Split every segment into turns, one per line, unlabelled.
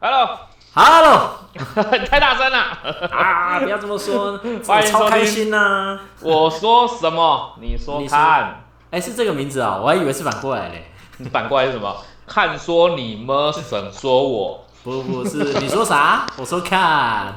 Hello，
Hello
太大声了。
啊，不要这么 说，
欢迎收听
超开心呐、
我说什么？你说
你说
看，
哎、是这个名字啊、我还以为是反过来嘞。
你反过来是什么？看说你们，神说我。
不不是，你 说啥？我说
啊
看，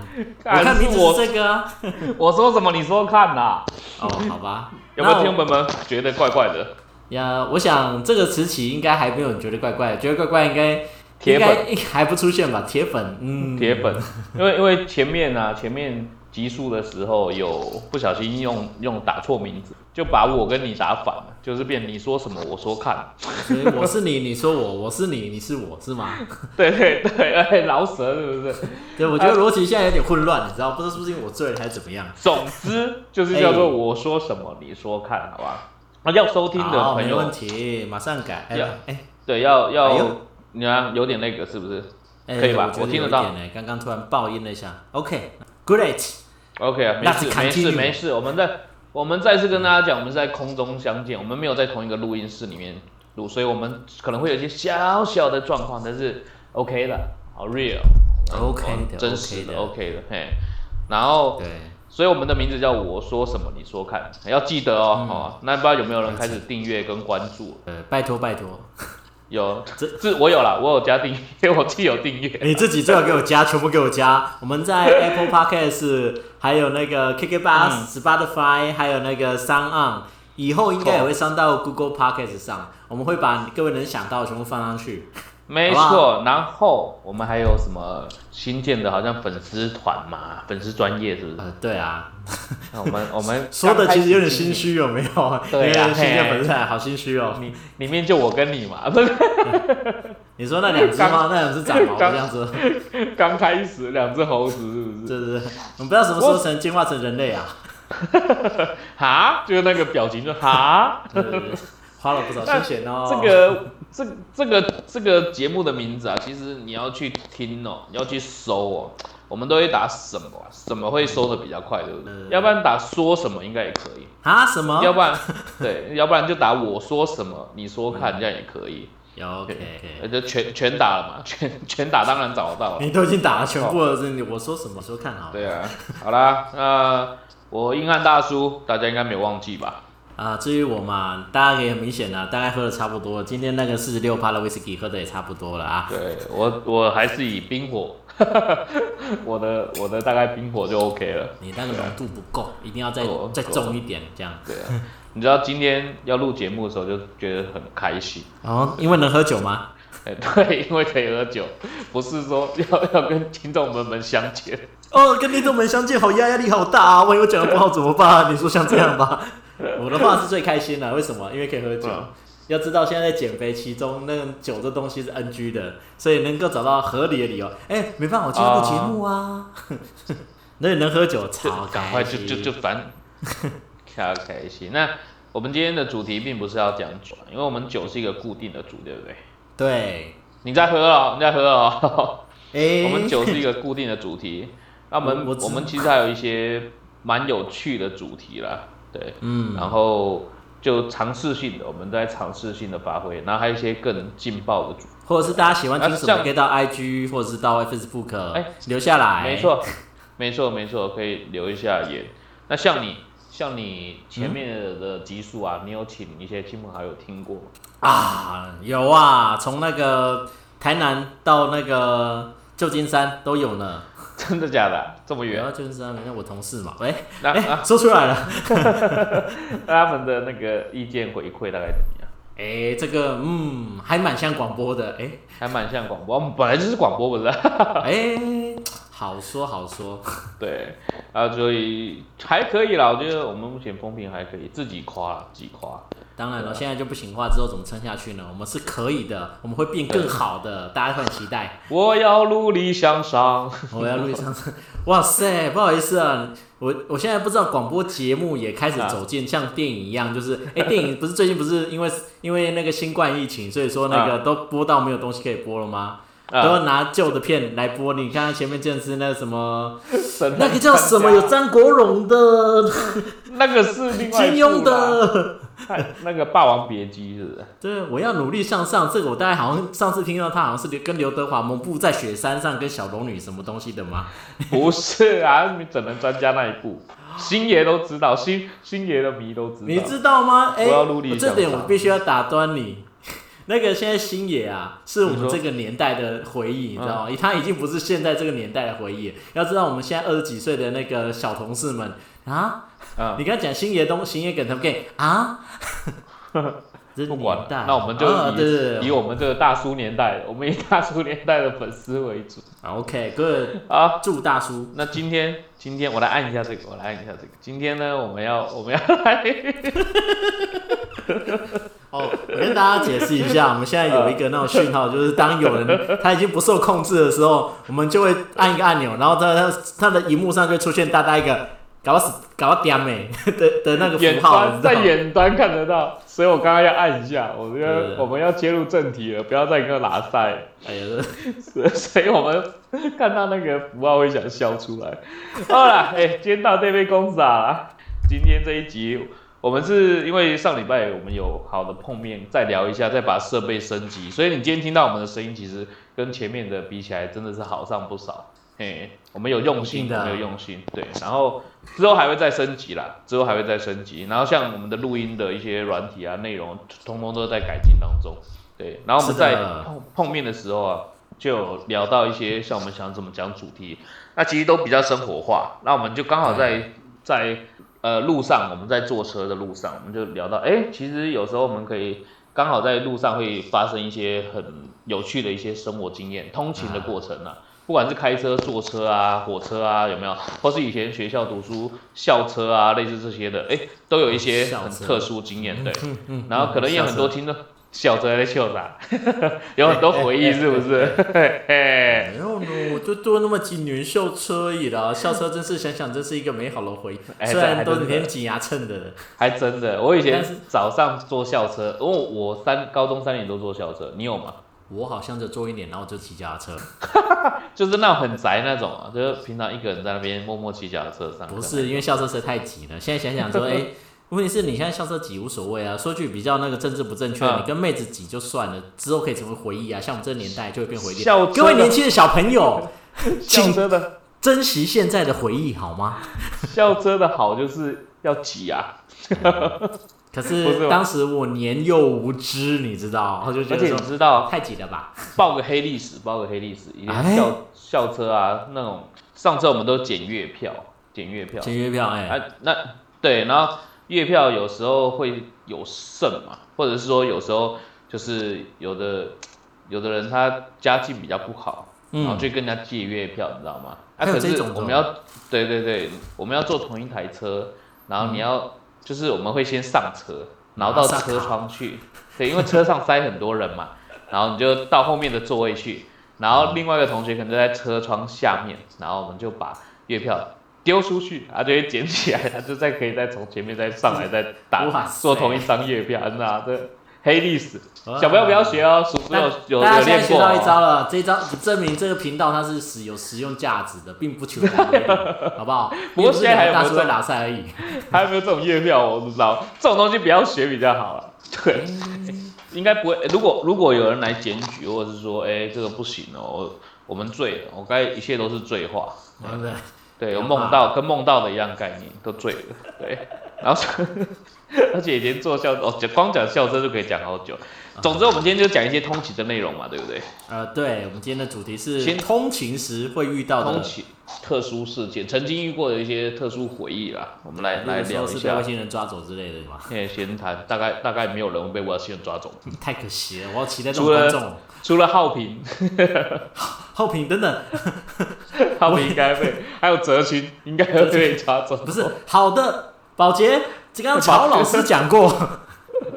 我看
是
名字
我
是这个啊、
我说什么？你说看呐、
哦，好吧。
有没有
那我
听众朋友们觉得怪怪的？
呀？我想这个词起应该还没有人觉得怪怪的，觉得怪怪应该
铁粉
应该应该还不出现吧？铁粉，嗯，
铁粉，因为因为前面啊，前面集数的时候有不小心用用打错名字，就把我跟你打反了，就是变你说什么我说看，
所以我是你，你说我，我是你，你是我是 吗？
对对对，哎，饶舌是不是？
对，我觉得逻辑现在有点混乱，你知道，不知道是不是因为我醉了还是怎么样？
总之就是叫做我说什么你说看，好吧？那要收听的
好，
朋
哎啊没
友
问，题，马上改。哎、
呀
哎
对，要
哎
要
呦，
你看有点那个是不是
哎
可以吧我
觉
听
有
得
一
到
点呢，刚刚突然爆音了一下。OK，Great，、
？OK 啊，没
Let's
事没事
continue
没事，我们在我们再次跟大家讲，我们是在空中相见，我们没有在同一个录音室里面录，所以我们可能会有一些小小的状况，但是 OK 的，好 real，
OK
嗯
的
真实
OK 的
OK 的，嘿，然后。
对，
所以我们的名字叫我说什么你说看，要记得哦，
嗯
好、吧？那不知道有没有人开始订阅跟关注了？
呃，拜托拜托，
有，
这
这我有啦，我有加订阅， 我既有订阅。
你自己最好给我加，全部给我加。我们在 Apple Podcast，还 有那个
嗯
KKBox、Spotify，还有那个 Sound On，以后应该
哦
也会上到 Google Podcast 上。我们会把各位能想到的全部放上去。
没
好不
错，然后我们还有什么新建的，好像粉丝团嘛，粉丝专业是不是？
呃，对啊，
那我们我们
说的其实有点心
刚
虚，有没有？
对啊
有点心
嘿
虚，本身好心虚哦。
开始，里面就我跟你嘛，不是
你说那两只
刚
吗？那两只长毛
刚
这样子，
刚开始两只猴子是不是？
对对对，我们不知道什么时候成进化成人类啊！
哈，就是那个表情就哈，
对对对，花了不少心血哦。
这个这这个这个节目的名字啊，其实你要去听哦，你要去搜哦。我们都会打什么啊，什么会搜的比较快，对不对？
嗯
要不然打说什么应该也可以。
啊什么？
要不然对，要不然就打我说什么，你说看，这样也可以。
有 OK，, o
呃，就全全打了嘛， 全全打当然找得到
k
了。
你都已经打了全部了，你我说什么时候看好？
对啊，好啦，那我硬汉大叔，大家应该没有忘记吧？
啊，至于我嘛，大家也很明显了，大概喝的差不多了。今天那个四十六趴的威士忌喝的也差不多了啊。
对我，我还是以冰火， 我的我的大概冰火就 OK 了。
你那个浓度不够，一定要再
哦够
再
够
重一点，这样。
对啊，你知道今天要录节目的时候就觉得很开心，
哦，因为能喝酒吗？
哎，对，因为可以喝酒，不是说要要跟听众们们相见。
哦，跟听众们相见，好压压力好大啊！万一我讲的不好怎么办？你说像这 样吧，我的话是最开心啊的，为什么？因为可以喝酒
嗯。
要知道现在在减肥其中，那个酒这东西是 NG 的，所以能够找到合理的理由。哎、没办法，我今天录节目啊， 那也能喝酒，超
赶快就
开心
就就反， 超开心。那我们今天的主题并不是要讲酒，因为我们酒是一个固定的主，对不对？
对。
你在喝哦，你在喝哦。
哎、
我们酒是一个固定的主题，那我们
我我
我
知
们其实还有一些蛮有趣的主题啦，对，
嗯，
然后就尝试性的，我们在尝试性的发挥，然后还有一些更劲爆的主题。
或者是大家喜欢听
啊
什
这
么，
样
可以到 IG 或者是到 Facebook、
哎
留下来。
没，错，没错，没错，可以留一下言。那像你，像你前面的
嗯
集数啊，你有请一些亲朋好友听过吗？
啊，有啊，从那个台南到那个旧金山都有呢。
真的假的啊、这么
然
远？
后旧金山，那我同事嘛，喂、
那
哎、
那
说出来了。
那他们的那个意见回馈大概怎么样？
哎、这个嗯，还蛮像广播的。哎、
还蛮像广播，我们本来就是广播，不是啊？
哎、好说好说。
对，啊，所以还可以啦，我觉得我们目前风评还可以，自己夸啦，自己夸。
当然了，现在就不行话，之后怎么撑下去呢？我们是可以的，我们会变更好的，大家会很期待。
我要努力向上。
我要录上，哇塞，不好意思啊，我我现在不知道广播节目也开始走进像电影一样，就是哎、电影不是最近不是因为因为那个新冠疫情，所以说那个都播到没有东西可以播了吗？
啊
都要拿旧的片来播。你看前面见是那个什么，
神
那个叫什么？有张国荣的、
那个是另外一
金庸
部啦，
的。
看 那个《霸王别姬》是不是？
对，我要努力向上。这个我大概好像上次听到他好像是刘跟刘德华蒙布在雪山上跟小龙女什么东西的嘛。
不是啊，你整人专家那一部，星爷都知道，星星爷的啊迷都知道。
你知道吗？哎、
我要努力
我这点
向
我
上
必须要打断你。 那个现在星野啊，是我
你
们
说嗯
这个年代的回忆，你知道吗？他已经不是现在这个年代的回忆。要知道，我们现在二十几岁的那个小同事们啊，
啊、
你刚才讲星爷东星爷梗，他们可以啊， 这
不管了
年代，
那我们就
啊
以
对对
以
对
我们这个大叔年代，我们以大叔年代的粉丝为主
，OK，good，
啊。
祝大叔，
那今天今天我来按一下这个，我来按一下这个。今天呢，我们要 我们要来，
哦，我跟大家解释 一下，我们现在有一个那种讯
嗯
号，就是当有人他已经不受控制的时候，我们就会按一个按钮，然后他他他的荧幕上就会出现大大一个搞死搞点美 的的那个
远
符号，
端
你知
在
道吗？
远端看得到，所以我刚刚要按一下，我们要
对对对
我们要切入正题了，不要再跟我拉塞了。
哎呀，
所以 所以我们看到那个符号会想笑出来。好啦，哎、今天到这杯公仔啦。今天这一集，我们是因为上礼拜我们有好的碰面，再聊一下，再把设备升级，所以你今天听到我们的声音，其实跟前面的比起来，真的是好上不少。嘿，我们有用
一
心，
定的
我
啊
们有用心，对。然后之后还会再升级啦，之后还会再升级。然后像我们的录音的一些软体啊、内容，通通都在改进当中。对，然后我们
是的
在碰碰面的时候啊，就有聊到一些像我们想怎么讲主题，那其实都比较生活化。那我们就刚好
嗯
在在呃路上，我们在坐车的路上，我们就聊到，哎、其实有时候我们可以刚好在路上会发生一些很有趣的一些生活经验，通勤的过程啊。不管是开车、坐车啊、火车啊，有没有？或是以前学校读书校车啊，类似这些的，哎、都有一些
哦校
很
车
特殊经验，对。
嗯嗯
然后可能也有很多
笑
听众笑着在笑啥， 有很多回
哎
忆是不是？ 嘿嘿，
死了。没有呢，我就坐那么几年校车而已啦，校车真是想想真是一个美好的回忆，
哎
虽
这还
然都
真
是
的
连挤牙蹭的，
还真的，我以前
但是
早上坐校车，因为我三高中三年都坐校车，你有吗？
我好像就坐一年，然后就骑脚踏车，
就是那种很宅那种啊，就是平常一个人在那边默默骑脚踏车上课。
不是因为校车实在太挤了，现在 想想说，哎、问题是你现在校车挤无所谓啊。说句比较那个政治不正确，
嗯
你跟妹子挤就算了，之后可以成为回忆啊。像我们这个年代就会变回忆。
校车
各位年轻的小朋友，
校
请
车的
珍惜现在的回忆好吗？
校车的好就是要挤啊，不
可
是
是
我
当时我年幼无知，你知道，我就觉
而
得
且
说
你知道
太挤了吧？
报个黑历史，报个黑历史，以前
哎
校校车啊那种，上车我们都检月票，检月票，
签约票哎、
啊，那对，然后月票有时候会有剩嘛，或者是说有时候就是有的有的人他家境比较不好，然后
嗯，
就跟人家借月票，你知道吗？啊，
还有
可
这
是
种的
我
哦
们要对对对，我们要坐同一台车，然后你要、就是我们会先上车，然后到
啊马上
车
卡
窗去，对，因为车上塞很多人嘛，然后你就到后面的座位去，然
嗯
后另外一个同学可能就在车窗下面，然后我们就把月票丢出去，他就会捡起来，他就再可以再从前面再上来再打
哇，塞
做同一张月票，你知道吗这黑历史，
哇
小朋友不要学哦，叔叔有有
大
有
家现在
练
学
过
到一
哦。
招了，这一招证明这个频道它是实有实用价值的，并不求同为 领，好不好？
不过
并是
现在还有
两个
没有
大叔在
这种
拉塞 而已。
还有没有这种月票我不知道，这种东西不要学比较好了。对，应该不会。欸如果如果有人来检举，或者是说，哎、这个不行哦，我我们醉了，我该一切都是醉话。
对不对？
对，
不
有
要
梦到跟梦到的一样概念，都醉了。对，然后 而且以前做校哦，光讲校车就可以讲好久。总之，我们今天就讲一些通勤的内容嘛，对不对？
呃，对，我们今天的主题是
先
通勤时会遇到的
通勤特殊事件，曾经遇过的一些特殊回忆啦，我们来
那
来
个时
聊
候
一
是被外
下。
星人抓走之类的嘛，
现在闲谈，大概大概没有人会被外星人抓走。
太可惜了。我好期待这种
除了
观众。
除了浩 平，
浩平等等，
浩平应该被，还有泽群应该会被抓走。
不是好的，保洁，这刚刚曹老师讲 过，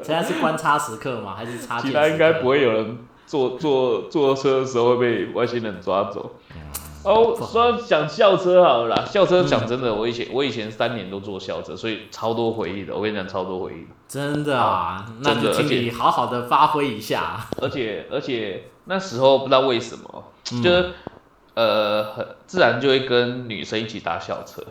现在是观察时刻吗？还是插
其
件？啊
他
嗯
应该不。会有人坐坐坐车的时候会被外星人抓走。哦，说讲校车好了啦，校车
嗯
讲真的，我以前我以前三年都坐校车，所以超多回忆的。我跟你讲，超多回忆的。
真的啊，那
真
就
的
请你好好的发挥一下。
而且而且那时候不知道为什么，
嗯
就是呃，很自然就会跟女生一起搭校车。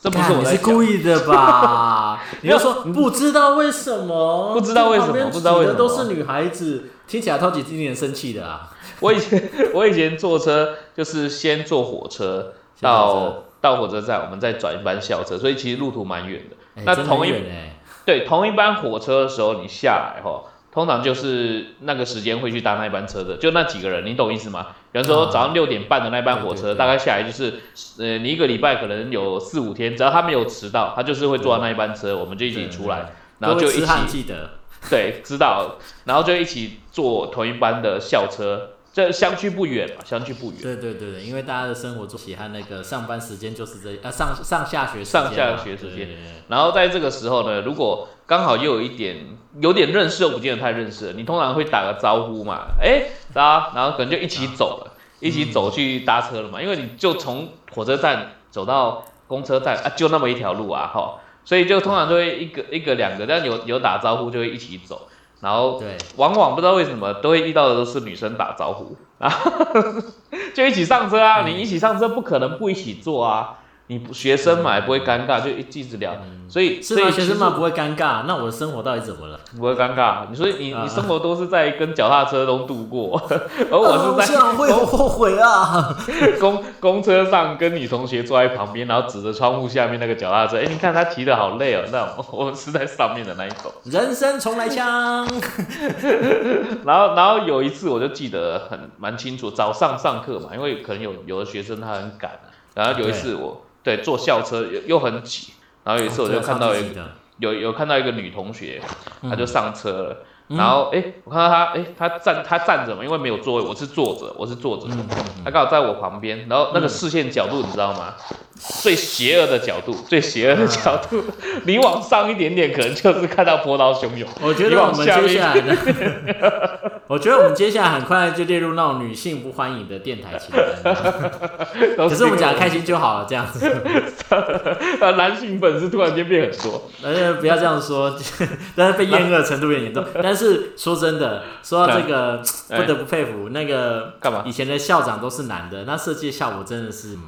这不是
干
我
你
在
是
讲，
故意 的吧？你
没有嗯
就说不知道为什么，
不知道为什么
旁边
不知道为什么
挤的都是女孩子，听起来超级令人生气的啊。
我以前我以前坐车就是先坐火车
先坐
到到火车站，我们再转一班校车，所以其实路途蛮远的。
哎
那
真的
同一
很远哎，
对，同一班火车的时候你下来吼，通常就是那个时间会去搭那一班车的，就那几个人，你懂意思吗？比方说
啊
早上六点半的那班火
对对
车，
对
大概下来就是，呃，你一个礼拜可能有四五天，只要他没有迟到，他就是会坐到那一班车，我们就一起出来，然后
各
就
位
一
痴
起
汉记得，
对，知道，然后就一起坐同一班的校车，这相去不远嘛，相去不远。
对对对对，因为大家的生活作息和那个上班时间就是这，呃，上上下学时间嘛
上下学时间
对对对对
然后在这个时候呢，如果刚好又有一点有点认识又不见得太认识了，你通常会打个招呼嘛，哎，啊，然后可能就一起走了，一起走去搭车了嘛，因为你就从火车站走到公车站啊，就那么一条路啊，哈，所以就通常就会一个一个两个，但有有打招呼就会一起走，然后
对，
往往不知道为什么都会遇到的都是女生打招呼， 然后就一起上车啊，你一起上车不可能不一起坐啊。你不学生嘛也不会尴尬，就一一直聊，所以
是
所以
吗？
其
学
实
生嘛不会尴尬，那我的生活到底怎么了？
不会尴尬。你所以你
啊
你生活都是在跟脚踏车中度过， 而我是
这样会有后悔啊！
在公公车上跟女同学坐在旁边，然后指着窗户下面那个脚踏车，哎，你看她骑的好累哦，那种 我们是在上面的那一种。
人生重 来枪，
然后然后有一次我就记得很蛮清楚，早上上课嘛，因为可能有有的学生他很赶啊，然后有一次我对坐校车又又很挤，然后有一次我就看到一个。
个，
有有看到一个女同学，
嗯
她就上车了，
嗯
然后哎、诶我看到她，哎、她站她站着嘛，因为没有座位，我是坐着，我是坐
嗯
着，她刚好在我旁边，然后那个视线角度你知道吗？
嗯
最邪恶的角度，最邪恶的角度，
嗯
你往上一点点，可能就是看到波涛汹涌。
我觉
你
得我
往
们
下
接
面
下来的， 我觉得我们接下来很快就列入那种女性不欢迎的电台清单。
都
可是我们讲得
开
开心就好了，这样子，
呃， 男性粉丝突然间变很多，
而且不要这样说， 但是被厌恶的程度有点严重。但是说真的，说到这个，
哎
不得不佩服那个
干嘛？
以前的校长都是男的，那设计的效果真 的是，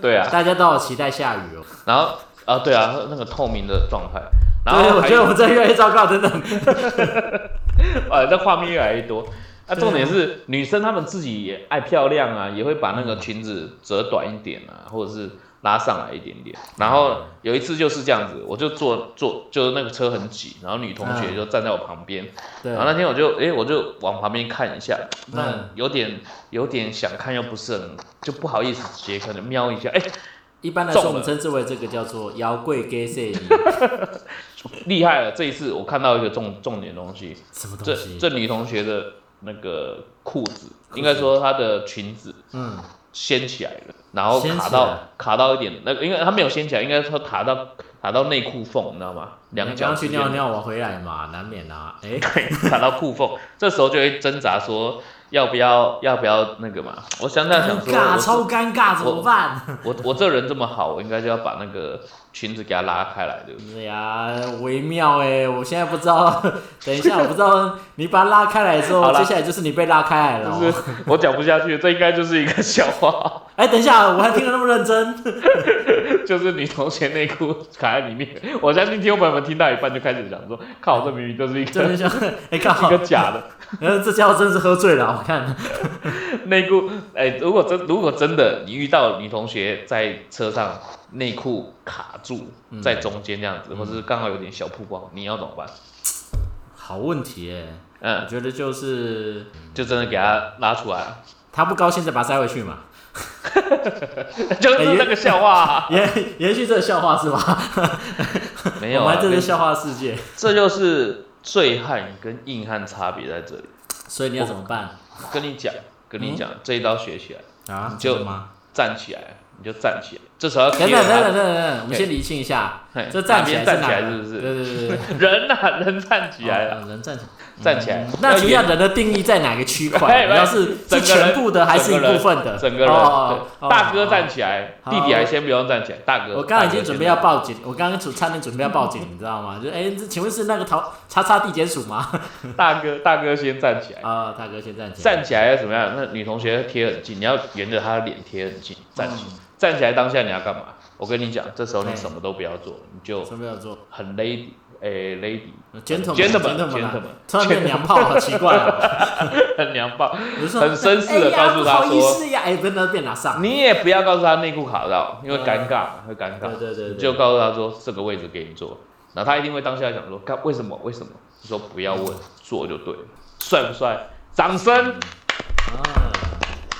对啊，
大家都好期待下雨哦。
然后啊，对啊，那个透明的状态，然
对
后
我
还
觉
有
得我们这越来越糟糕，真的。
呃，那画面越来越多。那、
对啊
重点是女生她们自己也爱漂亮啊，也会把那个裙子折短一点啊，或者是拉上来一点点。然后
嗯
有一次就是这样子，我就坐坐，就是那个车很挤，然后女同学
嗯
就站在我旁边，
对
然后那天我就哎、我就往旁边看一下，那
嗯
有点有点想看，又不是很就不好意思直接可能瞄一下，哎、
一般来说，
中
我
了
们称之为这个叫做“摇柜 gay 色礼
厉害了！这一次我看到一个重重点东西，”，
什么
这
东西？
这女同学的那个裤子，应该说她的裙子
嗯，
掀起来了，然后
掀起来
卡到卡到一点那个，因为她没有掀起来，应该说卡到卡到内裤缝，你知道吗？两
你
脚
刚
之
去
间
尿尿，我回来嘛，难免啊。哎、
卡到裤缝，这时候就会挣扎说要不要要不要那个嘛？ 我想想想
尴
说，
尬，
我
超尴尬，怎么办？
我我这人这么好，我应该就要把那个裙子给她拉开来，对不对？
哎呀，微妙哎、我现在不 知道。等一下，我不知道你把它拉开来之后
好，啦
接下来就是你被拉开来了、
就是
哦。
我讲不下去，这应该就是一个笑话。
哎、等一下，我还听得那么认 真。
就是女同学内裤卡在里面。我相信听众朋友们听到一半就开始想说：“靠，这明明就是一
真
个
的像，哎、刚
一
好
个，假的
然后这家伙真是喝醉了，我看。
内裤。哎，如果真如果真的你遇到女同学在车上内裤卡住
嗯
在中间这样子，或是刚好有点小曝光，你要怎么办？
好问题哎、我
嗯，
觉得就是
就真的给她拉出来，
他不高兴再把它塞回去嘛。 哎
就是那个笑话 啊、
延延续这个笑话是吧？
没有
我们
啊，
还真是
跟
笑话世界，
这就是醉汉跟硬汉差别在这里。
所以你要怎么
哦
办嗯
跟你讲，跟你讲，这一刀学起来，
啊
你就
真的吗？
站起来，你就站起来，这时候要
等等
cue
等等
他，
等等等，我们先厘清一下，
嘿
这站起
哪
来
边站起
是哪
来
个？
是不是
对对对对，
人啊，人站起来了，
哦人站起来。
站起来。
那主要
演
人的定义在哪个区 块？
哎
你要是
整个
是全
人
部的还是一部分的？
整个人，
哦哦
对
哦
大哥站
哦
起来，
好
弟弟还先不用站起来，大哥。
我刚刚已
大哥
经准备要报警，我刚刚准差点准备要报警，你知道吗？就哎，这请问是那个桃叉叉地检署 吗？
先，大哥大哥先站起来，
啊，大哥先站起来。
站起来要怎么样？那女同学要贴很近，你要沿着她的脸贴很近，站起
嗯
来。站起来当下你要干嘛？我跟你讲，这时候你
哎
什么都不要做，你就
什么叫做
很 lady，诶 lady，
？gentleman
Gentleman，
啦
gentleman，
突然变娘炮，好奇 怪啊！
很娘炮，
有时候
很绅士的
哎呀
告诉他
不好意
说，
思呀，哎，真的变拿上。
你也不要告诉他内裤卡到，因为尴尬会尴
对
尬，
对对，
你就告诉他说这个位置给你坐，然后他一定会当下想说，干为什么为什么？你说不要问，做就对了，帅不帅？掌声！
啊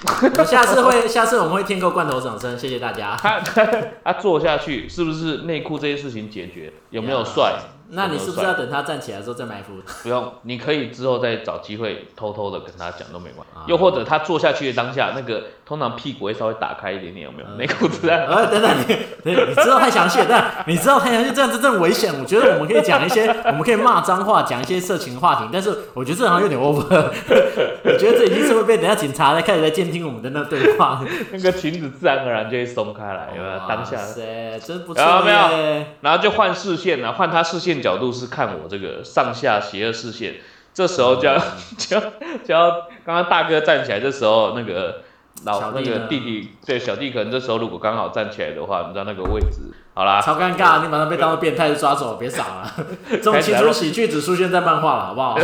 我们下次会，下次我们会添购罐头掌声，谢谢大 家。
他
嗯
他做啊下去是不是内裤这些事情解决？有没有帅？
那你是不
有没
是
有
要
帅
等他站起来的时候再埋伏？
不用？你可以之后再找机会偷偷的跟他讲都没关系
啊。
又或者他坐下去的当下，那个通常屁股会稍微打开一点点，有没有？
嗯
内裤子弹
呃，等等，你你你知道太详细了，但你知道太详细，这样子真的危险。我觉得我们可以讲一些，我们可以骂脏话，讲一些色情话题，但是我觉得这好像有点 over。我觉得这已经是会被等下警察来开始来监听我们的那对话。
那个裙子自然而然就会松开来，有没有？当下
哇，塞，真不错
有没
耶！
然后就换视线了，换他视线角度是看我这个上下斜的视线。这时候就
嗯
要就要就要，刚刚大哥站起来，这时候那个老
小
那
弟呢
个弟弟对小弟，可能这时候如果刚好站起来的话，你知道那个位置，好啦，
超尴尬，你马上被当做变态抓走，别傻了。这种青春喜剧只出现在漫画了，好不好？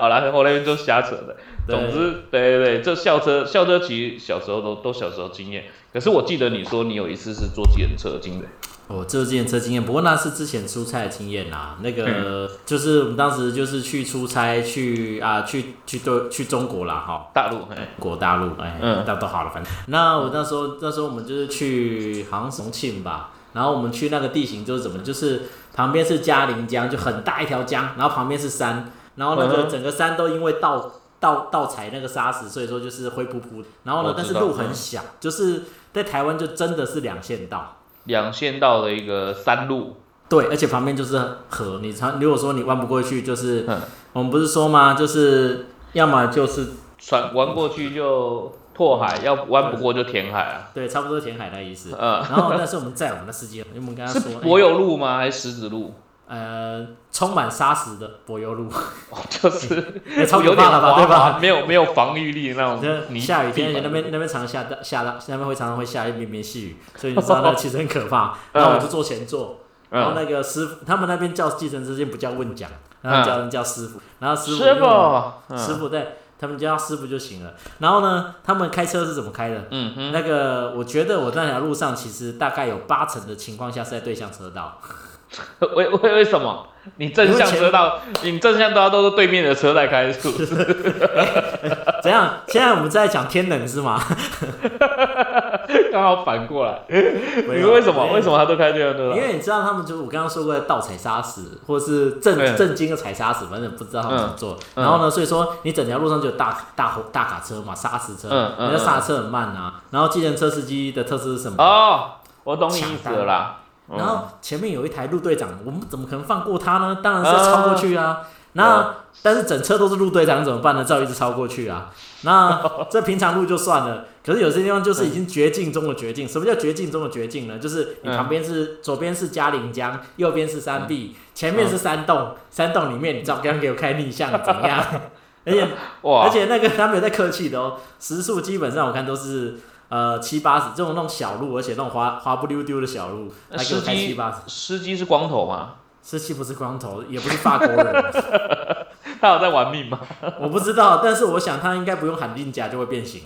好啦，后来就瞎扯的。
对
总之，对对对，这校车校车其实小时候都都小时候经验。可是我记得你说你有一次是坐计程车经的，
我这自行车经验，不过那是之前出差的经验啦。那个就是我们当时就是去出差去啊去去对去中国啦哈，
大陆，哎，
国大陆哎，
嗯
那、都好了，反正那我那时候那时候我们就是去好像重庆吧，然后我们去那个地形就是怎么就是旁边是嘉陵江，就很大一条江，然后旁边是山，然后那
嗯
个
哼
整个山都因为倒倒倒踩那个沙石，所以说就是灰扑扑的。然后呢
我，
但
知
是
道
路
嗯
很小，就是在台湾就真的是两线道。
两线道的一个山路，
对，而且旁边就是河，你常如果说你弯不过去，就是、
嗯
我们不是说吗？就是要么就是
穿弯过去就拓海，要弯不过就填海啊。
对，差不多填海那意思。
嗯，
然后那是我们载我们的司机，因为我们跟他
是
说，
柏油路吗？还是石子路？
哎呃，充满沙石的柏油路，
就是
也 超可
有点
怕了吧，
滑
对吧？？
没有没有防御力的那种
那
泥
下雨天，
地
那
板
边那边常下大下大，那边会常常会下一绵绵细雨，所以你知道那其实很可 怕。然后我就坐前座，然后
嗯，
那个师傅，他们那边叫计程车，不叫问讲，然后叫人叫师傅，然后师
嗯
傅
师
因为我
傅，
师
嗯
傅对，他们叫他师傅就行了。然后呢，他们开车是怎么开的？
嗯哼，
那个，我觉得我那条路上其实大概有八成的情况下是在对向车道，
为为为什么？你正向车道，你正向车道都是对面的车在开，是不是？
怎样？现在我们在讲天冷是吗？
刚好反过来，
没
你
有
为什么？
因
为什么他都开对向车
因
道？
为你知道他们就是我刚刚说过的倒踩沙石，或者是
嗯
正正经的踩沙石，反正不知道他们怎么做。
嗯
然后呢，所以说你整条路上就有大大红大卡车嘛，砂石车，
嗯嗯
人家刹车很慢啊。然后计程车司机的特色是什么？
哦，我懂你意思了啦。
然
嗯
后前面有一台陆队长，我们怎么可能放过他呢？当然是要超过去啊。那但是整车都是陆队长怎么办呢？只好一直超过去啊。那这平常路就算了，可是有些地方就是已经绝境中的绝境。什么叫绝境中的绝境呢？就是你
嗯
旁边是、左边是嘉陵江，右边是山壁，前面是山洞，山洞里面你照刚给我开逆向怎么样？而且而
哇，
且那个他没有在客气的哦，时速基本上我看都是呃七八十，这种那种小路，而且那种滑滑不溜丢的小路，
那
他给我
呃司
开
机
七八十，
司机是光头吗？
司机不是光头，也不是法国人，
他有在玩命吗？
我不知道，但是我想他应该不用喊令甲就会变形。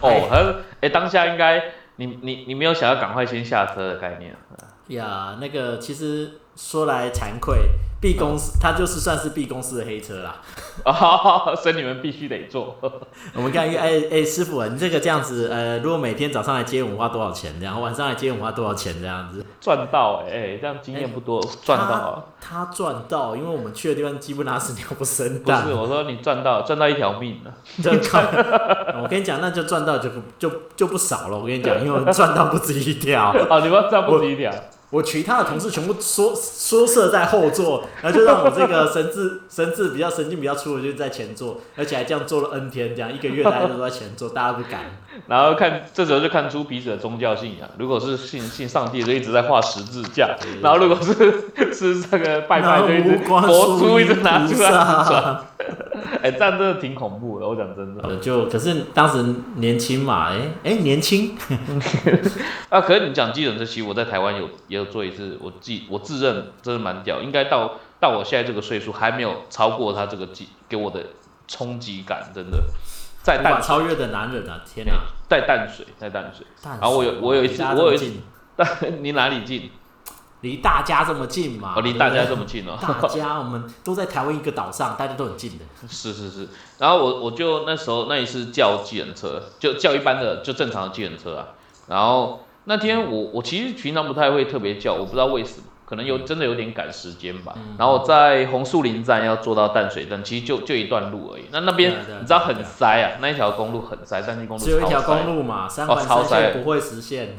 哦，他哎，当下应该你你你没有想要赶快先下车的概念。啊
呀，那个其实说来惭愧， B 公
嗯
司，它就是算是 B 公司的黑车啦。
哦， 所以你们必须得做。
我们看一个，哎、哎、师傅啊，你这个这样子，呃，如果每天早上来接我们花多少钱？这样，晚上来接我们花多少钱？这样子，
赚到哎、欸，这样经验不多，赚到啊。
他赚到，因为我们去的地方鸡不拉屎，鸟不生
不
蛋。
是，我说你赚到，赚到一条命啊了。
这靠！我跟你讲，那就赚到就不就就不少了。我跟你讲，因为我们赚到不止一条。
哦，你们赚不止一条。
我其他的同事全部缩缩射在后座，然后就让我这个神志 神志比较神经比较粗的就在前座，而且还这样做了 N 天，这样一个月大家都在前座，大家不敢。
然后看，这时候就看出彼此的宗教信仰。如果是信信上帝，就一直在画十字架；然后如果是 是这个 拜拜，就一直
然后无光
佛珠一直拿出来
菩萨
转。哎、这样真的挺恐怖的，我讲真的。
呃就可是当时年轻嘛，哎、哎、年轻，
啊，可是你讲计程车，其实我在台湾有也有做一次，我自己我自认真的蛮屌，应该到到我现在这个岁数还没有超过他这个计给我的冲击感，真的。在
无法
淡
超越的男人啊！天哪，
在淡水，在淡水，
淡
然后我有
水
我有一
离
次
大家
我有一
这么
次
近
但你哪里近？
离大家这么近嘛，
哦，离
对不
大家
对
这么近哦。
大家我们都在台湾一个岛上，大家都很近的。
是是是，然后我我就那时候那一次叫计程车，就叫一般的就正常的计程车啊。然后那天我我其实平常不太会特别叫，我不知道为什么，可能有真的有点赶时间吧。
嗯
然后在红树林站要坐到淡水站，其实就就一段路而已。那那边
对啊对啊
你知道
对啊
很塞啊，那一条公路很塞，淡水公路
只有一条
超塞
公路嘛，三
哦
环
超
三线
塞
不会实 现。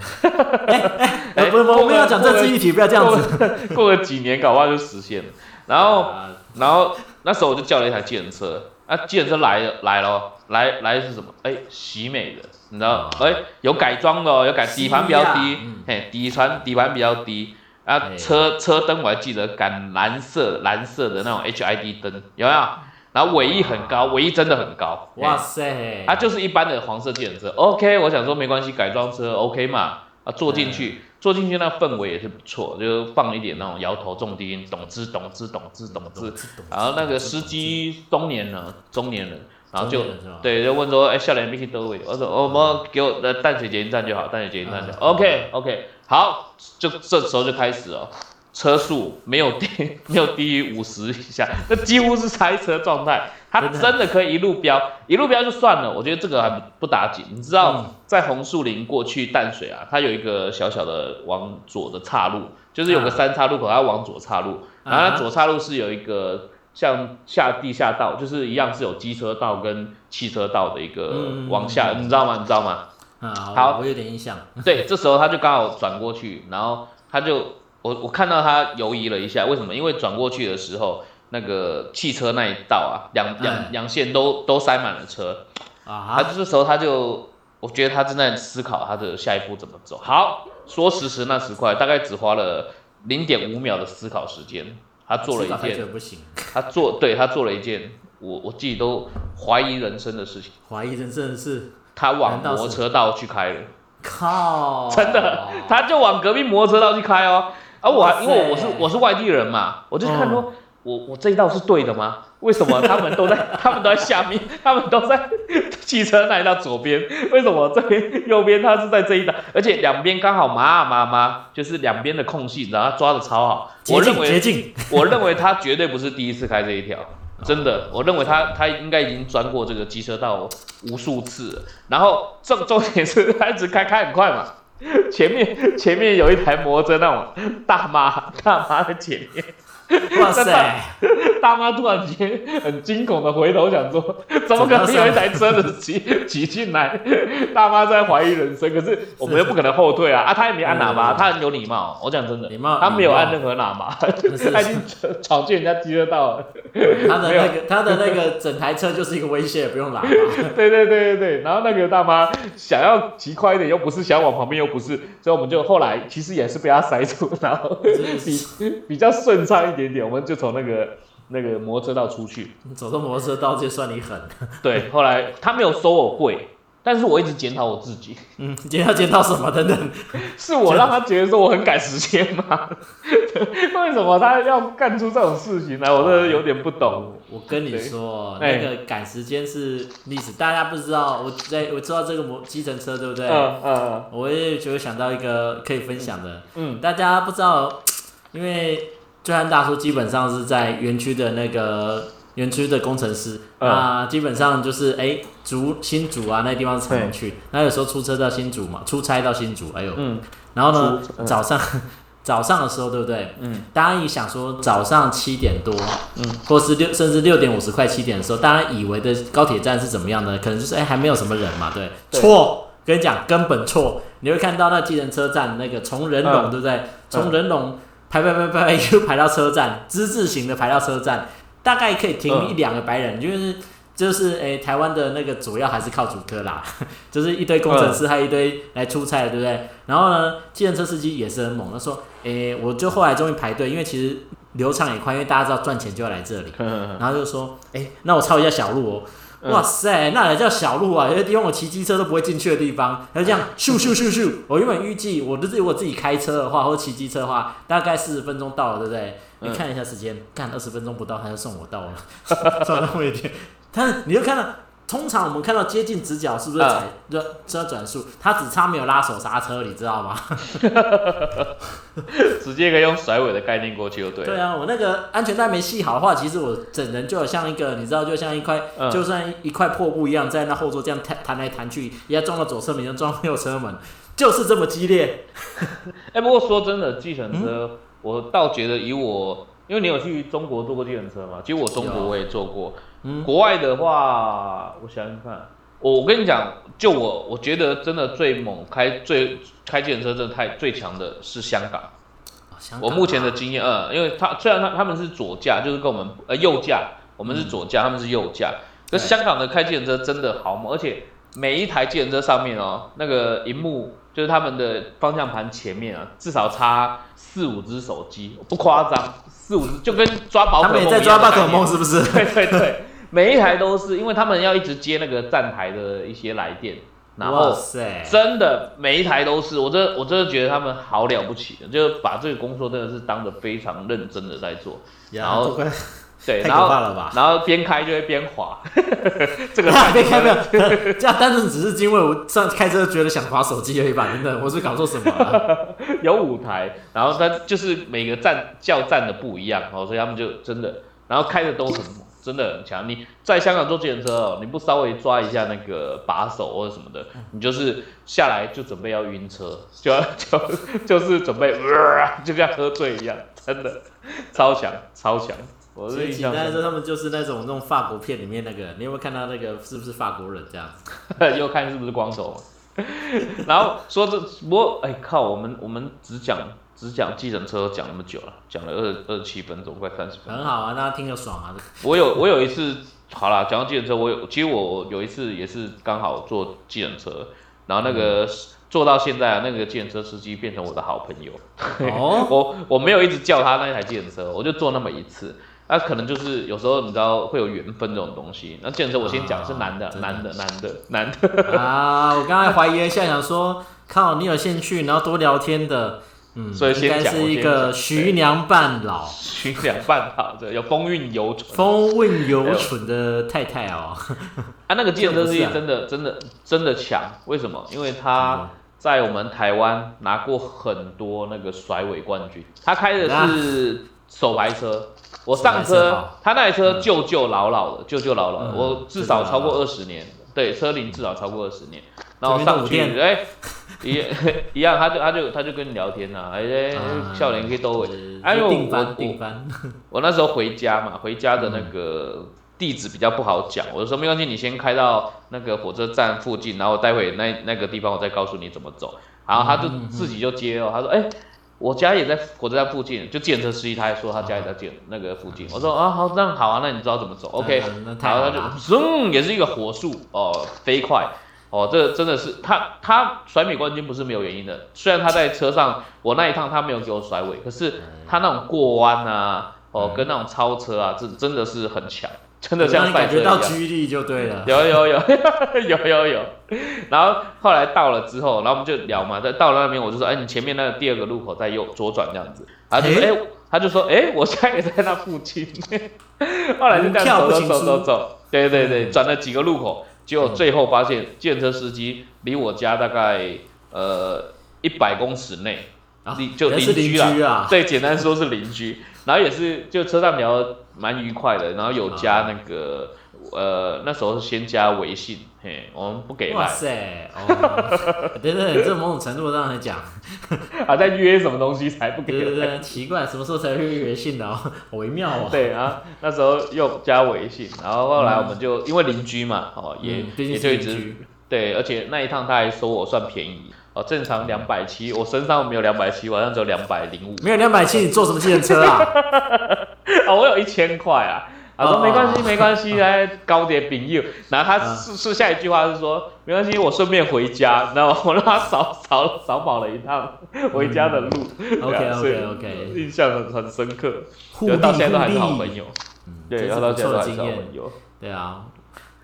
哎哎，
哎
不是，我们要讲政治议题，不要这样子。
子，过了几年搞不好就实现了。然后
啊
然后那时候我就叫了一台计程车，啊，计程车来了来了，来来的是什么？哎，喜美的，你知道
哦？
哎，有改装的哦，有改
西
底盘比较
亚
低
啊嗯，
嘿，底盘底盘比较低。啊
哎，
车车灯我还记得，橄蓝色蓝色的那种 HID 灯，有没有？然后尾翼很高，尾翼真的很高，
哇
嘿！
塞，
它哎啊就是一般的黄色计程车，OK，我想说没关系，改装车 OK 嘛，啊，坐进去，坐进去那氛围也是不错，就放一点那种摇头重低音，懂之懂之懂之懂之，然后那个司机中年人，中年人，然后就
中年人是吧
对，就问说，哎、笑脸 m i k 都会，我说，哦，我们给我呃淡水捷运站就好，淡水捷运站就好、
嗯
o k OK，好，就这时候就开始了。哦车速没有低 没有低于五十以下，那几乎是塞车状态。他
真的
真的可以一路飙，一路飙就算了，我觉得这个还不不打紧。你知道
嗯，
在红树林过去淡水啊，它有一个小小的往左的岔路，就是有个
啊
三岔路口，它往左岔路，然后
啊
它
哈
左岔路是有一个像下地下道，就是一样是有机车道跟汽车道的一个
嗯
往下，你知道吗？你知道吗？
啊，
好
好，我有点印象。啊
对，这时候他就刚好转过去，然后他就我我看到他犹疑了一下，为什么？因为转过去的时候，那个汽车那一道啊，两
哎
两两线都都塞满了车。他
啊，
这时候他就，我觉得他正在思考他的下一步怎么走。好，说时迟那时快，大概只花了零点五秒的思考时间，他做了
吃饱
一
才觉
件，
得不行，
他做对他做了一件我我自己都怀疑人生的事情，
怀疑人真的是
他往
难道
摩
是
托车道去开了。
靠，
真的，他就往隔壁摩托车道去开哦。啊，我
哇
还
塞嗯
因为我是我是外地人嘛，我就看说，我我这一道是对的吗？为什么他们都在他们都在下面，他们都在汽车那一道左边，为什么这边右边他是在这一道？而且两边刚好麻啊麻麻，就是两边的空隙，然后他抓的超好。我
捷
认
径捷
为
径，
我认为他绝对不是第一次开这一条。
哦
真的，我认为他他应该已经钻过这个机车道无数次了。然后重 重点是他一直开开很快嘛， 前面前面有一台摩托车那种大妈大妈在前面，
哇塞，
大妈突然间很惊恐的回头想说，怎么可能有一台车子骑 骑进来？大妈在怀疑人生，可是我们又不可能后退啊！啊，她也没按喇叭，
嗯
她很有礼貌。我讲真的
礼貌，
她没有
礼貌
按任何喇叭，
是
她已经闯进人家机车道了。
他的
没有
那个他的那个整台车就是一个威胁，不用喇叭，
对对对对对，然后那个大妈想要骑快一点，又不是想往旁边，又不是，所以我们就后来其实也是被她塞住，然后比比较顺畅一点点，我们就从那个那个摩托车道出去。
你走到摩托车道就算你狠，
对，后来她没有收我贵，但是我一直检讨我自己，
嗯，今天要见到什么等等，
是我让她觉得说我很赶时间吗？ 为什么她要干出这种事情来？我真的有点不懂。
我跟你说，
对哎
那个赶时间是历史，大家不知道。我在我知道这个摩计程车，对不对？
嗯嗯
我也就想到一个可以分享的，
嗯，
大家不知道，因为醉汉大叔基本上是在园区的那个园区的工程师，
嗯
那基本上就是哎，竹新竹啊那地方是常常去，那有时候出车到新竹嘛，出差到新竹，哎呦，
嗯
然后呢
出嗯
早上早上的时候对不对？
嗯，
大家一想说早上七点多，
嗯，
或是六甚至六点五十快七点的时候，大家以为的高铁站是怎么样的？可能就是哎还没有什么人嘛，对，
对
错，跟你讲根本错，你会看到那计程车站那个从人龙、
嗯
对不对？从人龙排排排排排又排到车站，之字形的排到车站，大概可以停
嗯
一两个白人，就是。就是诶、台湾的那个主要还是靠主科啦，就是一堆工程
嗯
师，还有一堆来出差的，对不对？然后呢，计程车司机也是很猛，他说：“诶、我就后来终于排队，因为其实流畅也快，因为大家知道赚钱就要来这里。”然后就说：“诶，那我抄一下小路哦。”
嗯
哇塞，那也叫小路啊！有些地方我骑机车都不会进去的地方，他 就这样咻咻咻咻。我原本预计我就是如果自己开车的话，或者骑机车的话，大概四十分钟到了，对不对？你
嗯
看一下时间，干二十分钟不到，他就送我到了， 送到我一点。但是你就看到，通常我们看到接近直角是不是
嗯
踩车车转速？他只差没有拉手刹车，你知道吗？
直接可以用甩尾的概念过去就对了。
对啊，我那个安全带没系好的话，其实我整人就有像一个，你知道，就像一块，
嗯
就算一块破布一样，在那后座这样弹弹来弹去，一下撞到左侧门，一下撞到右侧门，就是这么激烈。
哎、不过说真的，计
嗯
程车、我倒觉得以我，因为你有去中国坐过计程车嘛？其实我中国
有啊
我也坐过。
嗯
国外的话，我想想看，我我跟你讲，就我我觉得真的最猛开最开计程车真的太最强的是香港。
哦香港
我目前的经验，呃，因为他虽然他他们是左驾，就是跟我们呃右驾，我们是左驾，他们是右驾。可是
对
香港的开计程车真的好猛，而且每一台计程车上面哦，那个荧幕就是他们的方向盘前面啊，至少插四五只手机，不夸张，四五只就跟抓宝可
他
梦
们
一
也
样
在抓
的
宝
概
可
念
梦，是不是？
对 对对，每一台都是，因为他们要一直接那个站台的一些来电，然
哇
后
塞，
真的每一台都是，我真的我真的觉得他们好了不起，就是把这个工作真的是当得非常认真的在做。
呀
然后
这个
对，
太
然
可怕
后
了吧？
然后边开就会边 滑， 这个
没开 没有，这样单纯只是因为我上次开车觉得想划手机而已吧？真的，我是搞错什么啊了？
有舞台，然后它就是每个站叫站的不一样哦，所以他们就真的，然后开的都很猛，真的很强。你在香港坐自行车哦，你不稍微抓一下那个把手或者什么的，你就是下来就准备要晕车，就要 就就是准备、 呃，就像喝醉一样，真的超强超强。 我
其
是
实
印
简
象
单来
深
说，他们就是那种那种法国片里面那个，你有没有看到那个是不是法国人这样子？
刻， 又看是不是光头嘛。然后说这不过哎靠，我们我们只讲只讲计程车讲那么久了，讲了二二七分钟，快三十分钟
很。好啊，大家听着爽啊。
我有我有一次，好啦，讲到计程车，我有其实我有一次也是刚好坐计程车，然后那
嗯
个、坐到现在啊，那个计程车司机变成我的好朋友。
哦，
我我没有一直叫他那台计程车，我就坐那么一次。那、可能就是有时候你知道会有缘分这种东西。那计程车我先讲是男的，
啊真的
男的，男的，男的。
啊，我刚才怀疑了一下，想说靠，你有兴趣，然后多聊天的，嗯，
所以
应
先
该
讲
是
我
一
先
个
讲
徐娘半老、
寻两半好的，有风韵犹存。
风韵犹存的太太哦。
啊，那个计程车司
这
机
不是啊
真的真的真的强，为什么？因为他。在我们台湾拿过很多那个甩尾冠军。他开的是手排车，我上
手排车
车
好，
他那台车旧旧老老的，旧旧老老的，
嗯
我至少超过二十年，对，车龄至少超过二十年。然后
这边都
上
五
去
店，
哎、一一 样，他就他就他就跟你聊天呐、啊，哎、
啊
笑脸可以兜尾。 哎
哎
呦
呦，
我
定
我
番定番，
我那时候回家嘛，回家的那
嗯
个地址比较不好讲，我就说没关系，你先开到那个火车站附近，然后待会那那个地方我再告诉你怎么走。然后他就
嗯嗯嗯
自己就接哦，他说：“哎、我家也在火车站附近。”就建车司机他还说他家也
啊
在建那个附近。我说：“啊，好，那好啊，那你知道怎么走？OK。
那”那太
然
好
后
了
他
啦。
就嗯，也是一个火速哦，飞快哦，这真的是他他甩尾冠军不是没有原因的。虽然他在车上，我那一趟他没有给我甩尾，可是他那种过弯啊，哦，
嗯
跟那种超车啊，这真的是很强，真的
让
像
你
赛
感
车
觉
一
到
样。
居力就对了。
有有有 有有有，然后后来到了之后，然后我们就聊嘛，在到了那边我就说，哎，你前面那个第二个路口在右左转这样子，他就说，哎，他就说，哎，我家也在那附近， 后来就这样
无
走
票
走
不
走
行
走走，对对对，
嗯
转了几个路口，结果最后发现，电车司机离我家大概呃一百公尺内，
啊
离就
原来是
邻
邻
居啦
居啊，
对，简单说是邻居。然后也是就车上聊得蛮愉快的，然后有加那个、呃那时候是先加微信，嘿，我们不给
哇
来，
塞，哦， 对对对，这某种程度上来讲，
还啊在约什么东西才不给
对
来。
对对，奇怪，什么时候才会微信的、哦？ 好微妙哦。
对啊，那时候又加微信，然后后来我们就、因为邻居嘛，哦，也、
嗯，毕
也
竟
就是一
邻
直
居。
对，而且那一趟他还收我算便宜哦，正常两百七，我身上没有两百七，我好像只有两百零五
没有两百七，你坐什么计程车啊？
啊，我有一千块啊。他
哦
说
哦
没关系，没关 系，来高铁饼友。然后他
嗯
是是下一句话是说没关系，我顺便回家，你知道吗？我让他少少少跑了一趟
嗯
回家的路。 对啊所以
OK，OK，OK
印象很很深刻，
互
就
利
到现在都还是好
互
朋
利，
友。
嗯
对，
这
然
是
后到
不
现在都
错的
还是
经
好
验。
朋友。
对啊，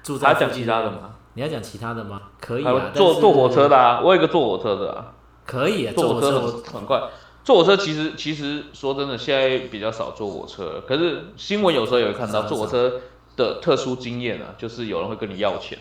住在
他
附
讲
近
其他的吗？
你要讲其他的吗？可以
还有
啊，
坐坐火车
的
的啊，我有一个坐火车的啊。
可以啊，
坐火
坐火
车
车
很
我
很快，坐火车其实其实说真的，现在比较少坐火车了。可是新闻有时候也会看到
少
坐火车的特殊经验啊，就是有人会跟你要钱，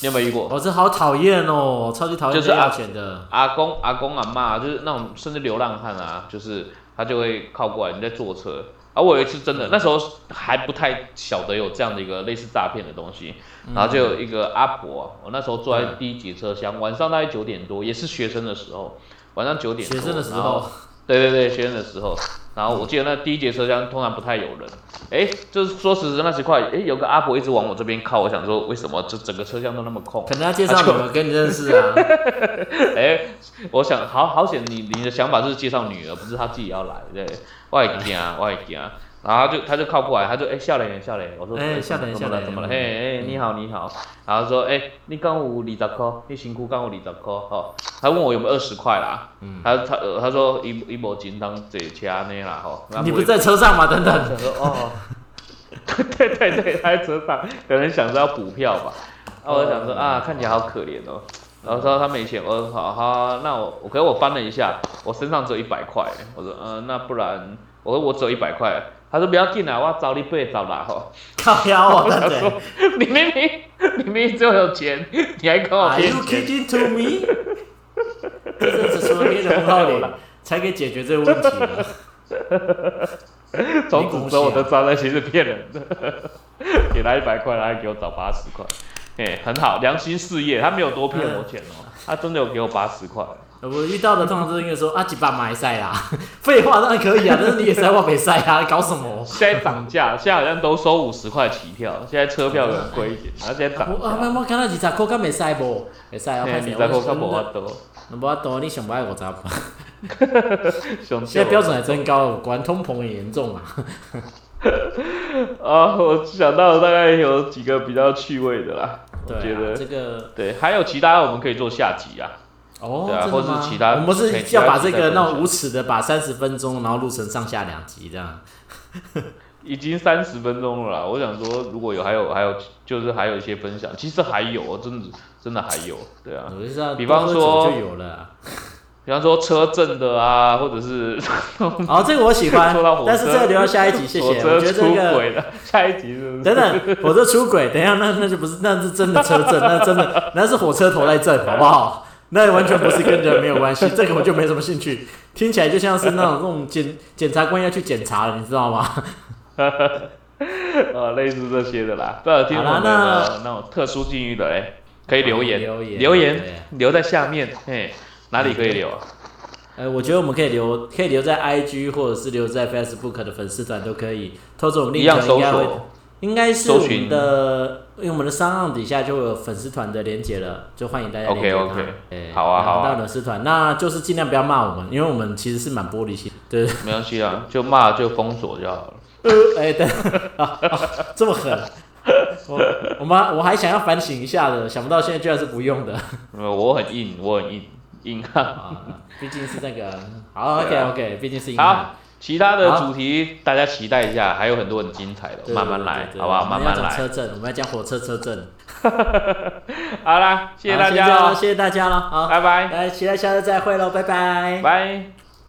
你有没有遇过？
我这好讨厌哦，超级讨厌
就是
被要
啊
钱的。
阿公、阿公、阿妈，就是那种甚至流浪汉啊，就是他就会靠过来，你在坐车。啊，我有一次真
嗯
的，那时候还不太晓得有这样的一个类似诈骗的东西，
嗯
然后就有一个阿婆啊、我那时候坐在第一节车厢，晚上大概九点多，也是学生的时候，晚上九点多，
学生的时
然后
候，
对对对，学生的时候，然后我记得那第一节车厢通常不太有人，哎，就是说实时那几块，哎，有个阿婆一直往我这边靠，我想说为什么这整个车厢都那么空？
可能要介绍你们跟你认识啊。
哎，我想好好险你你的想法就是介绍女儿，不是她自己要来，对，我也惊，我也惊，然后他就他就靠过来，他就哎笑脸笑脸，我说
哎
哎
笑
怎
脸
么
笑
了
脸嗯
怎么了？嘿哎你好你好，然后说哎你刚有二十块，你辛苦刚有二十块，哦，他问我有没有二十块啦，
嗯
他他呃他说一一无钱当坐车安尼啦吼，
你不是在车上吗？等等，
想说哦， 对对对，他在车上，可能想着要补票吧。然后我就想说啊，看起来好可怜哦。然后说他没钱，我说好好，那我我可是我翻了一下，我身上只有一百块。我说嗯、呃那不然我说我只有一百块。他说不要进来，我找你背找啦吼。
靠腰哦，等
他说
等。
你明明你明明就有钱，你还跟我
Are
骗
you
钱。
kidding to me？这是除了黑人红到脸才可以解决这个问题啊的。
从此之后我
啊
都知道那些是骗人的，给他一百块，他还给我找八十块，哎、很好，良心事业，他没有多骗我钱哦、
嗯
他真的有给我八十块，
我遇到的通常都是应该说啊， 几把埋赛啦，废话当然可以啊，但是你也是在往北赛啊，搞什么？
现在涨价，现在好像都收五十块起跳，现在车票很贵一点，然后现在涨
我啊，
价
我，我看到几十块，敢袂使无？袂使啊，
哎、
拍
你
谁？
在扣看我多，
那无多，你想不爱五十块？
熊
现在标准还真高，果然通膨很严重啊。
啊，我想到大概有几个比较趣味的啦，我
对
觉
啊，
得
这个
对，还有其他我们可以做下集啊，
哦，
对啊
真的
或是
吗
其他
我们
可以
是
其他
要把
集
这
再
个
分
那
享
种无耻的把三十分钟，然后录成上下两集这样。
已经三十分钟了啦，我想说，如果有还有还有，就是还有一些分享，其实还有，哦真的真的还有，对啊，
我就知道，
比方
多喝
说
酒就有了啊。
比方说车震的啊，或者是
哦，这个我喜欢
说到火车，
但是这个留到下一集，谢
火
谢。我
车
觉得
出
这个
轨的，下一集是不是？
等等，火车出轨，等一下，那那就不是，那是真的车震，那真的那是火车头在震，好不好？那完全不是跟人没有关系，这个我就没什么兴趣。听起来就像是那种那种检检察官要去检查了，你知道吗？
呃，类似这些的啦，不知道有听众
好啦
有没有那那种特殊境遇的哎，可以留言
留言
留
对
言留在下面，嘿，哪里可以留啊？
呃，我觉得我们可以留，可以留在 IG 或者是留在 Facebook 的粉丝团都可以。透过我们
一
另
样
应
搜
该会
索，
应该是
搜
我
寻
们的，因为我们的商案底下就有粉丝团的连接了，就欢迎大家连接
OK，OK
它哎
好啊好啊
然后到粉丝团，那就是尽量不要骂我们，因为我们其实是蛮玻璃心。对， 对
没关系啊，就骂就封锁就好了。
对哎，对，啊啊这么狠，我我们我还想要反省一下的，想不到现在居然是 不用的
因为我很硬，我很硬硬汉。
啊，毕竟是那个，好
对
，OK
啊
OK，毕竟是银行
好，，其他的
好
主题大家期待一下，还有很多很精彩的，
对
慢慢
对
来
对，对
好不好？
我
慢
们
慢
要讲
来。
车震，我们要讲火车车震，
好啦，谢谢
好
大
先这
家
样咯
哦，
谢谢大家了，好，
拜拜，
来期待下次再会喽，拜拜。
拜。